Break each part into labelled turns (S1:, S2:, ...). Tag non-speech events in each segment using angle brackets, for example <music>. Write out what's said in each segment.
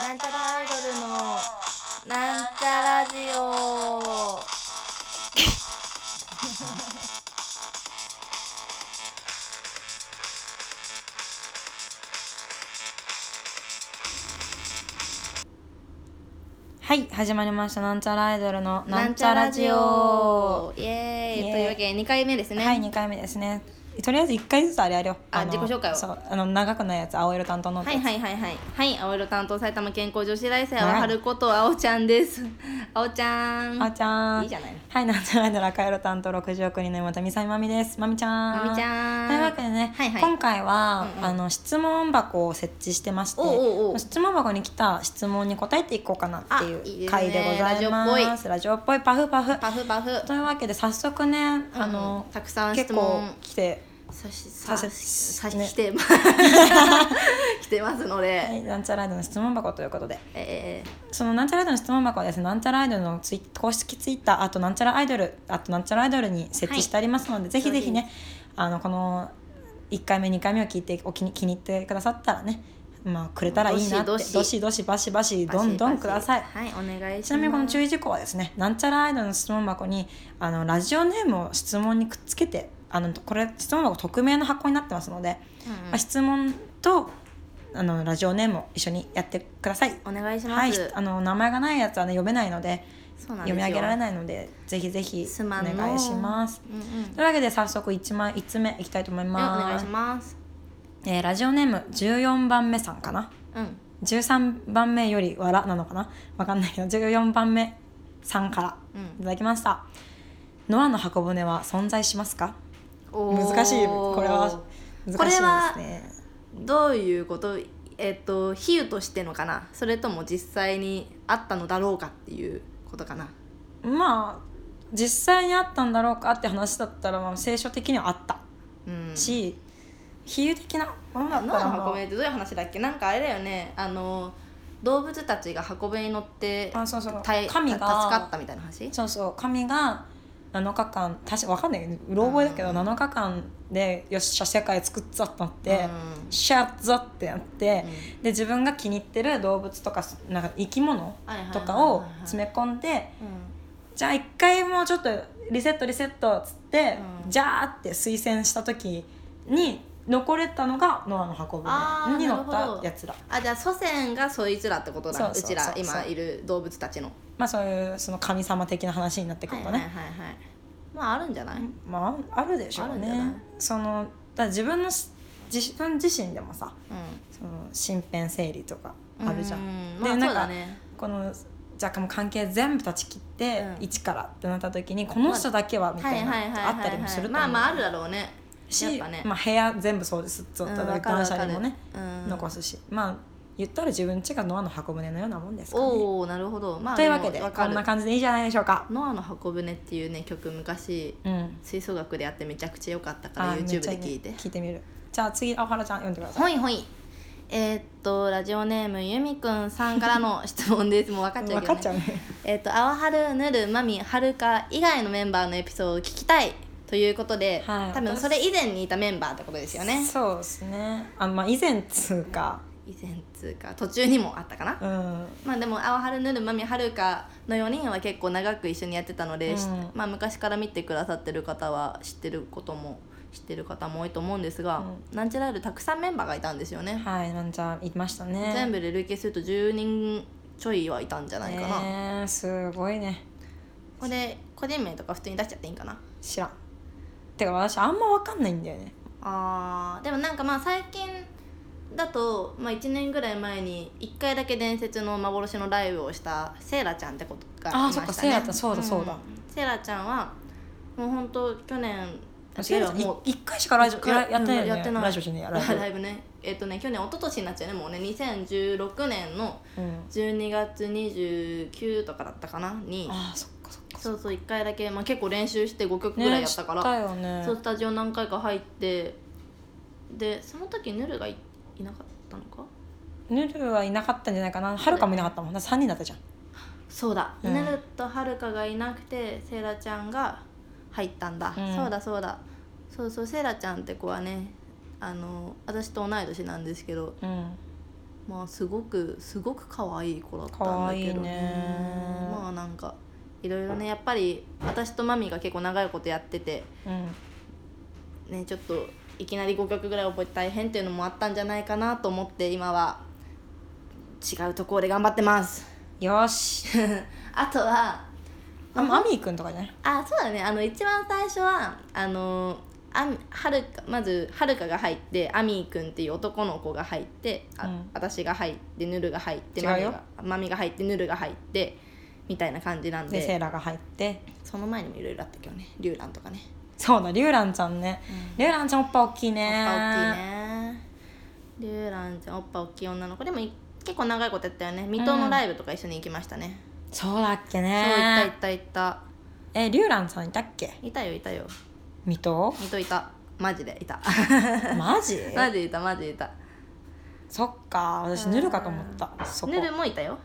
S1: なんちゃらアイドルのなんちゃラジオ
S2: はい始まりましたなんちゃらアイドルの
S1: な
S2: なんん
S1: ち
S2: ち
S1: ゃ
S2: ゃ
S1: ラ
S2: ラ
S1: ジ
S2: ジ
S1: オ
S2: オ
S1: イエーイ
S2: イエーイ
S1: というわけで2回目ですね、
S2: はい2回目ですねとりあえず1回ずつあれやるよ
S1: あ
S2: の
S1: 自己紹介を
S2: そうあの長くないやつ青色担当の
S1: はい
S2: い
S1: はいはいはいはい青色担当埼玉健康女子大生は
S2: はい
S1: 春子と青ちゃんです青ちゃん
S2: あーちゃん
S1: いいじゃないの
S2: はいなんちゃらアイドル赤色担当60億人の妹みさみまみですまみちゃん
S1: まみちゃん
S2: というわけでね、
S1: はいはい
S2: 今回は、
S1: うんうん
S2: あの質問箱を設置してまして
S1: おうおうおう
S2: 質問箱に来た質問に答えていこうかなって
S1: あいい
S2: い
S1: ですね
S2: う回でございます
S1: ラジオっ
S2: ラジオっぽいパフパフ
S1: パフパフ
S2: というわけで早速ねあの、
S1: たくさん質
S2: 結構
S1: 問
S2: 来て
S1: さしさ
S2: さ
S1: し
S2: し
S1: さし
S2: ね
S1: 来て
S2: <laughs>
S1: ま来てますので、
S2: はい、なんちゃらアイドルの質問箱ということで
S1: え
S2: そのなんちゃらアイドルの質問箱はですねなんちゃらアイドルのツイ公式ツイッターあとなんちゃらアイドルあとなんちゃらアイドルに設置してありますので、ぜひぜひねあのこの1回目2回目を聞いてお気に気に入ってくださったらねまあくれたらいいなって
S1: ど
S2: ど
S1: し
S2: し
S1: ど
S2: ど
S1: し
S2: しバシバシ
S1: ー
S2: どんどんください
S1: バシバシはいお願いします
S2: ちなみにこの注意事項はですねなんちゃらアイドルの質問箱にあのラジオネームを質問にくっつけてあのこれ質問箱匿名の箱になってますので、まあ、
S1: う
S2: 質問とあのラジオネームを一緒にやってください
S1: んうんお願いしま
S2: はい
S1: す、、
S2: あの名前がないやつはね読めないので
S1: そうなんです
S2: 読
S1: よ
S2: み上げられないのでぜひぜひ
S1: す
S2: お
S1: まんの
S2: 願いします。
S1: うんうん
S2: というわけで早速一枚一つ目いきたいと思い
S1: お願
S2: ま
S1: い
S2: す
S1: し。ます
S2: えーラジオネーム14番目さんかな
S1: うん
S2: 13番目よりわらなのかなわかんないけど14番目さんから
S1: うん
S2: いただきました。ノアの箱舟は存在しますか
S1: おー
S2: 難しいこれは
S1: これは
S2: 難しいですね。
S1: どういうことえっと比喩としてのかなそれとも実際にあったのだろうかっていうことかな
S2: まあ実際にあったんだろうかって話だったら、まあ、聖書的にはあった。
S1: うん
S2: し、比喩的なものだ
S1: あ
S2: った
S1: ノア
S2: ら
S1: の箱
S2: ま
S1: 舟ってどういう話だっけなんかあれだよねあの動物たちが箱舟に乗って
S2: ああそうそう
S1: たい
S2: 神が
S1: た助かったみたいな話
S2: そうそう神が7日間確かわかんないけどうろ覚えだけど
S1: うん
S2: 7日間でよっしゃ世界作っちゃったって、
S1: うん
S2: シャッザってやって、
S1: う
S2: で自分が気に入ってる動物とかなんか生き物
S1: はいはいはいはい
S2: とかを詰め込んでじゃあ一回もうちょっとリセットリセットっつって、
S1: うん
S2: じゃあって推薦した時に残れたのがノアの箱
S1: あー
S2: 舟に乗っ
S1: なるほ
S2: た
S1: ど
S2: やつら。
S1: あじゃあ祖先がそいつらってことだ
S2: そう
S1: う
S2: そうそう
S1: ちら
S2: そう
S1: 今いる動物たちの
S2: まあそういうその神様的な話になってく
S1: はいは
S2: ると
S1: い
S2: ね、
S1: はいはいまああるんじゃない
S2: まああるでしょ
S1: ある
S2: うん
S1: じゃない
S2: ねそのだから自分のし自分自身でもさ
S1: う
S2: その身辺整理とか
S1: ん
S2: あるじゃん、
S1: う
S2: で
S1: まあ
S2: なん
S1: そう
S2: か
S1: だね
S2: このじゃあもう関係全部断ち切って、
S1: うん
S2: 一からってなった時にこの人だけはみ
S1: は
S2: た
S1: い
S2: い
S1: はいはい
S2: な
S1: はい
S2: あったりもすると
S1: ま
S2: 思
S1: あ
S2: う
S1: まああるだろうねやっ
S2: し、
S1: ぱね
S2: まあ、部屋全部掃除すっと
S1: う
S2: っ
S1: ん
S2: たら
S1: わかる
S2: 断
S1: わ
S2: 捨
S1: かる
S2: 離もね、
S1: うん
S2: 残すしまあ言ったら自分家がノアの箱舟のようなもんですかね。
S1: おおなるほどまあ
S2: というわけで
S1: もわ
S2: こ
S1: か
S2: ん
S1: る
S2: な感じでいいじゃないでしょうか。
S1: ノアの箱舟っていうね曲昔
S2: うん、
S1: 吹奏楽でやってめちゃくちゃ良かったか
S2: あ
S1: ら
S2: ー
S1: YouTube
S2: めっちゃ
S1: で聞いて
S2: 聞いてみるじゃあ次青原ちゃん読んでください。
S1: ほいほいえーっとラジオネームゆみくんさんからの質問ですもう分かっちゃう
S2: 分
S1: け
S2: か
S1: ど、
S2: っちゃう
S1: ね、
S2: ね。
S1: えーっとあわはるぬるまみはるか以外のメンバーのエピソードを聞きたいということで、
S2: はい
S1: 多分それ以前にいたメンバーってことですよね
S2: そうですね。あまあ以前つうか、
S1: 以前つうか途中にもあったかな、
S2: うん、
S1: まあでもあわはるぬるまみはるかの4人は結構長く一緒にやってたので、
S2: うん
S1: しまあ昔から見てくださってる方は知ってることも知ってる方も多いと思うんですが、なんちゃらよりたくさんメンバーがいたんですよね、
S2: はいなんちゃんいましたね。
S1: 全部で累計すると10人ちょいはいたんじゃないかな、
S2: ねえすごいね。
S1: これ個人名とか普通に出しちゃっていいんかな
S2: 知らん。てか私あんまわかんないんだよね。
S1: あーでもなんかまあ最近だと、まあ、1年ぐらい前に1回だけ伝説の幻のライブをしたセイラちゃんってことがい
S2: あ
S1: ま
S2: ー
S1: した
S2: そ
S1: ね
S2: っかセイラちゃんそうだそうだ
S1: セイラちゃんはもう本当去年
S2: セイラちゃんい一回しかラジ
S1: 一
S2: オ
S1: 回
S2: ややってないよね。
S1: やってない
S2: ラジオじゃねえやライ
S1: ライブねえっ、とね去年一昨年になっちゃうねもうね2016年の
S2: ブ。うん。
S1: 12月29とかだったかなに
S2: あーそっかそっか。
S1: そうそう1回だけ、まあ、結構練習して5曲ぐらいやったから、
S2: ね知よね。
S1: そうスタジオ何回か入ってでその時ヌルがいいなかったのか
S2: ヌルはいなかったんじゃないかな。はるかもいなかったもん。な三人だったじゃん。
S1: そうだ、
S2: うん
S1: ヌルとはるかがいなくてセイラちゃんが入ったんだ、
S2: うん
S1: そうだそうだそうそうセイラちゃんって子はねあの私と同い年なんですけど
S2: うん。
S1: まあすごくすごく可愛い子だったんだけど
S2: 可愛いね
S1: まあなんかいろいろねやっぱり私とマミが結構長いことやってて
S2: うん
S1: ねちょっといきなり5曲ぐらい覚えて大変っていうのもあったんじゃないかなと思って今は違うところで頑張ってます <laughs>
S2: よし
S1: あとは
S2: あアミーくんとかじゃない
S1: あそうだねあの一番最初はあのあみはるかまずはるかが入ってあみーくんっていう男の子が入ってあ、
S2: うん
S1: 私が入ってぬるが入って
S2: 違う
S1: まみ
S2: よ
S1: がまみが入ってぬるが入ってみたいな感じなんで
S2: でセーラが入って
S1: その前にもいろいろあったけどねリュウランとかね
S2: そうだリュウランちゃんね、リュウランちゃんおっぱ大きい
S1: おっ
S2: ね
S1: ぱ大きいねリュウランちゃんおっぱ大きい女の子でもい結構長いことやったよね水戸のライブとか一緒に行きましたね、
S2: そうだっけ
S1: そうい
S2: ね
S1: ったいった
S2: えリュウランさんいたっけ
S1: いたいたよいたよ <laughs>
S2: 水戸
S1: 水戸いたマジでいた
S2: マジ
S1: マジでいたマジでいた
S2: そっか私ヌルかと思ったそこ
S1: ヌルもいたよ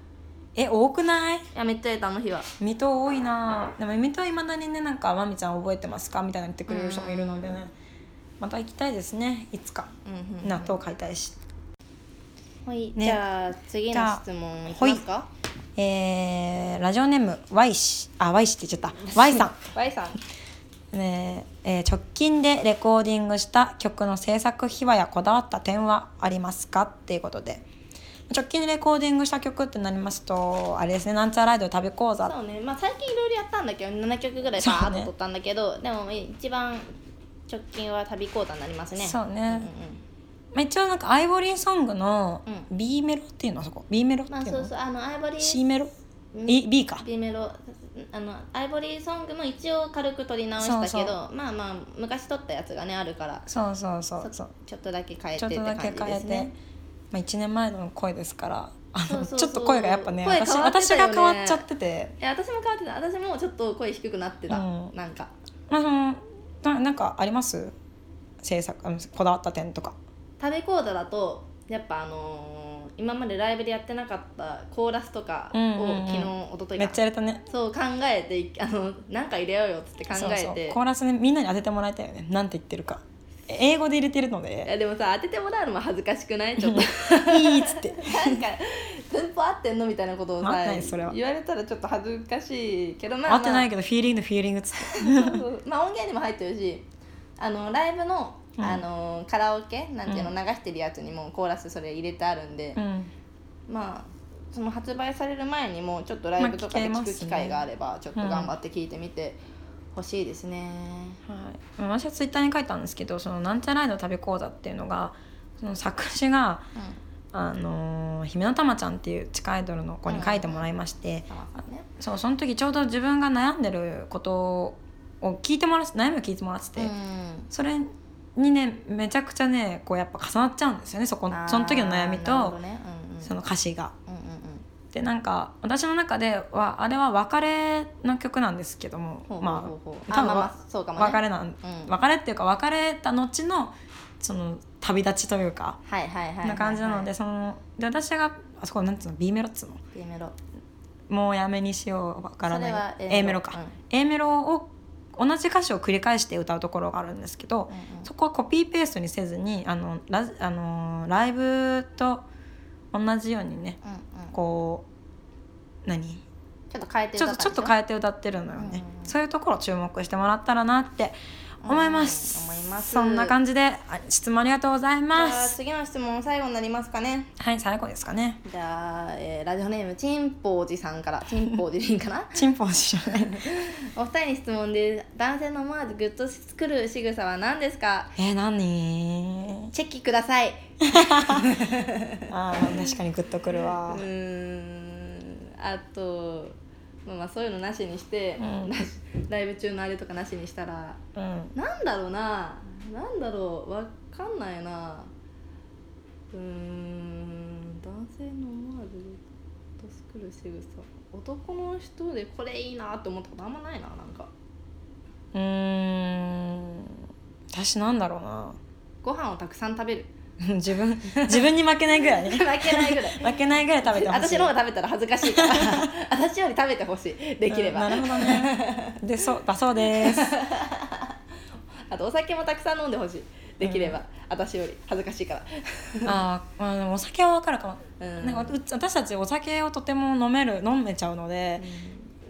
S2: え多くない
S1: いやめっちゃいたあの日は
S2: 水戸多いなでも水戸いまだにねなんか「まみちゃん覚えてますか?」みたいなの言ってくれる人もいるのでねまた行きたいですねいつか
S1: うんうん
S2: 納豆買いたいし
S1: はい、
S2: ね
S1: じゃあ次
S2: じ
S1: の
S2: ゃあ
S1: 質問いきますか
S2: えー、ラジオネーム Y 氏あ Y 氏って言っちゃった Y さん
S1: Y さん
S2: ねええー直近でレコーディングした曲の制作秘話やこだわった点はありますかっていうことで直近でレコーディングした曲ってなりますとあれですね「なんちゃらアイドル旅講座」
S1: そうねまあ最近いろいろやったんだけど7曲ぐらいバーっと撮ったんだけど、でも一番直近は旅講座になりますね
S2: そうね
S1: んん
S2: まあ、一応なんかアイボリーソングの
S1: う
S2: B メロっていうのあそこ B メロってい
S1: まあ
S2: う
S1: そうそ
S2: の
S1: うあのアイボリー
S2: C メロ
S1: うん
S2: E- B か
S1: B メロあのアイボリーソングも一応軽く撮り直したけど
S2: そうそ
S1: まあまあ昔撮ったやつがねあるから
S2: そうそうそうそう
S1: ちょっとだけ変え
S2: ち
S1: て
S2: ょ
S1: っ
S2: ってとだけ
S1: 感じで
S2: 変え
S1: す
S2: て、
S1: ね
S2: まあ、1年前の声ですからあ
S1: そう
S2: の
S1: そうそう
S2: ちょっと声がやっぱね
S1: 声
S2: 私
S1: 変わって
S2: 私
S1: たよね
S2: が変わっちゃってて
S1: いや私も変わってた私もちょっと声低くなってた、
S2: うん
S1: なんか
S2: まあそのななんかあります制作あのこだわった点とか
S1: 食べ講座だとやっぱあのー今までライブでやってなかったコーラスとかを、
S2: うんうんうん
S1: 昨日一昨日
S2: めっちゃ
S1: か
S2: やれたね
S1: そう考えていあのなんか入れようよっつって考えて
S2: そうそうコーラスねみんなに当ててもらいたいよねなんて言ってるか英語で入れてるの
S1: いや
S2: で
S1: でもさ当ててもらうのも恥ずかしくないちょっと
S2: 「いい」
S1: <laughs>
S2: っつって
S1: なんか文法合ってんのみたいなことをさ
S2: 合ってないそれは
S1: 言われたらちょっと恥ずかしいけどまあ、ま
S2: 合
S1: あ、
S2: ってないけど「フィーリング」「フィーリング」っつって
S1: そうそうまあ音源にも入ってるしあのライブの、
S2: うん
S1: あのカラオケなんていうの
S2: う
S1: 流してるやつにもコーラスそれ入れてあるんで、
S2: うん
S1: まあその発売される前にもちょっとライブとかで
S2: まあ
S1: 聞く
S2: 聞けます
S1: 機
S2: ね
S1: 会があればちょっと頑張って聞いてみてほしいですね。
S2: はい、私はツイッターに書いたんですけどそのなんちゃらいの旅講座っていうのがその作詞が、
S1: うん
S2: あのー姫のたまちゃんっていう地下アイドルの子に書いてもらいまして、
S1: 玉さんね
S2: そうその時ちょうど自分が悩んでることを聞いてもらっ悩みを聞いてもらって
S1: う
S2: て、
S1: ん
S2: それにねめちゃくちゃねこうやっぱ重なっちゃうんですよねそこ
S1: あー
S2: その時の悩み
S1: なるほど
S2: と、
S1: ねうんうん
S2: その歌詞が。
S1: うんうん
S2: でなんか私の中ではあれは別れの曲なんですけども
S1: うん
S2: まあ
S1: ほうほうほうあ
S2: 多分
S1: まあまあそうかもね。
S2: 別れなん、
S1: うん
S2: 別れっていうか別れた後のその旅立ちというか、
S1: はいはいはいはいはい。
S2: な感じなのでそので私があそこなんつうの B メロっつうの
S1: B メロ。
S2: もうやめにしようわからない
S1: それは A メロ
S2: A メロか、A メロを同じ歌詞を繰り返して歌うところがあるんですけど、
S1: うんうん
S2: そこはコピーペーストにせずにあのラジあのライブと同じようにね
S1: うんうん
S2: こう何
S1: ちょっと変えて
S2: ちょっとちょっと変
S1: え
S2: えて歌ってるのよね、
S1: うん
S2: そういうところ注目してもらったらなって思います,、
S1: うん思います
S2: そんな感じであ質問ありがとうござい
S1: ま。
S2: ますす
S1: 次の質問最後になりますかね。
S2: はい最後ですかね
S1: じゃあ、えーラジオネームチンポおじさんからチンポおじりんかな。
S2: チンポンじゃない
S1: <laughs> お二人に質問です男性の思わずグッとくる仕草は何ですか
S2: えー、何
S1: チェキください
S2: あー確かにグッとくる
S1: う
S2: わ
S1: ーんあとまあまあそういうのなしにして、
S2: うん
S1: なしライブ中のあれとかなしにしたら
S2: うん
S1: なんだろうななんだろうわかんないなうーん男性の思わずグッとくる仕草男の人でこれいいなと思ったことあんまないななんか
S2: うーん私なんだろうな <laughs>
S1: ご飯をたくさん食べる <laughs>
S2: 自分自分に負けないぐらい
S1: 負 <laughs>
S2: ね
S1: けないぐらい
S2: 負けないぐら <laughs> い食べてほしい
S1: 私の方が食べたら恥ずか
S2: <laughs>
S1: しいから私より食べてほしいできれば、
S2: うんなるほどねで
S1: <laughs>
S2: そうだそうです
S1: あとお酒もたくさん飲んでほしいできれば、私より恥ずかしいから
S2: あー、まあでもお酒は分かるかも、
S1: うん
S2: なんかうち私たちお酒をとても飲める飲めちゃうので、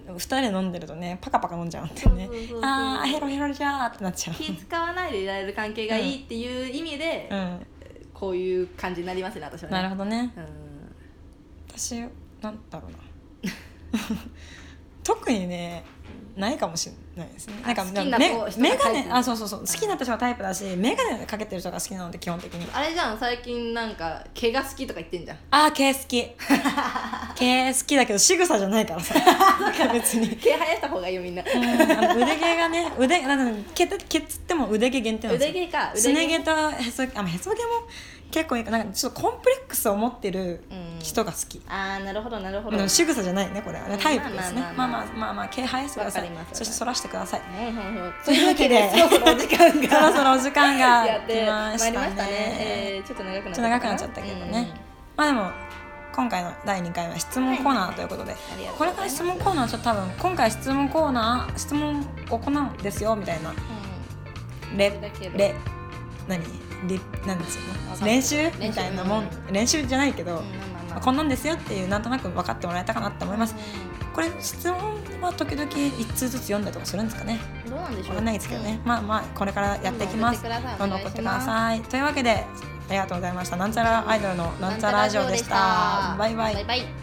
S2: 二人で飲んでるとねパカパカ飲んじゃうんだよね
S1: そうそうそうそう
S2: ああヘロヘロじゃーってなっちゃう
S1: 気使わないでいられる関係がいいっていう意味で、
S2: うん
S1: こういう感じになりますね私はね
S2: なるほどね
S1: うん
S2: 私なんだろうな <laughs> 特にねないかもしれないですね
S1: あ
S2: なんか
S1: 好きな
S2: め
S1: こう人が
S2: メガ
S1: タイ
S2: ネ
S1: プ
S2: あそうそうそう好きな私はタイプだしメガネかけてる人が好きなので基本的に
S1: あれじゃん最近なんか毛が好きとか言ってんじゃん
S2: ああ毛好
S1: <laughs>
S2: き毛好きだけど仕草じゃないからさ別に
S1: 毛生やした方がいいよみんな
S2: うんあの腕毛がね腕だから毛って毛っつっても腕毛限定なんですよ
S1: 腕毛か
S2: す
S1: 腕
S2: ね毛とへそ毛あへそ毛も結構いいかなんかちょっとコンプレックスを持ってる
S1: うん
S2: 人が好き、
S1: ああなるほどなるほど
S2: の仕草じゃないねこれはねタイプですね
S1: ま
S2: ま
S1: あまあ
S2: あまあまあまあ毛生やしてください
S1: わかります
S2: そしてそらしてください
S1: はいはいはい
S2: というわけで
S1: そろそろお時間
S2: <laughs> そろ
S1: が
S2: そろお時間が
S1: やっ
S2: 来
S1: てま
S2: ま
S1: いりま
S2: し
S1: した
S2: たね
S1: ねえーちょっと長くなっ
S2: ちょっと長くなっちゃったけどね、まあでも今回の第2回は質問コーナーということで、
S1: ありがとうござ
S2: これ
S1: います
S2: から質問コーナーちょっと多分今回質問コーナー質問行うんですよみたいなレ
S1: だけど
S2: レ何リなんですよね
S1: わかんない
S2: 練習
S1: 練習
S2: みたいなもん、練習じゃないけど、
S1: うんうんまあまあまあ
S2: こんなんですよっていうなんとなく分かってもらえたかなって思います、
S1: う
S2: これ質問は時々一通ずつ読んだりとかするんですかね
S1: んどうなんでしょう
S2: 分かんないですけどね、まあまあこれから
S1: うん
S2: やっていきますど
S1: ど
S2: ん
S1: ん
S2: ど
S1: ど
S2: ん
S1: ん送
S2: 送っ
S1: ってて
S2: く
S1: く
S2: だ
S1: ださい
S2: さいというわけでありがとうございましたなんちゃらアイドルのなんちゃらラジオでした
S1: なんちゃらラジオでした
S2: バイバイ
S1: バイバイ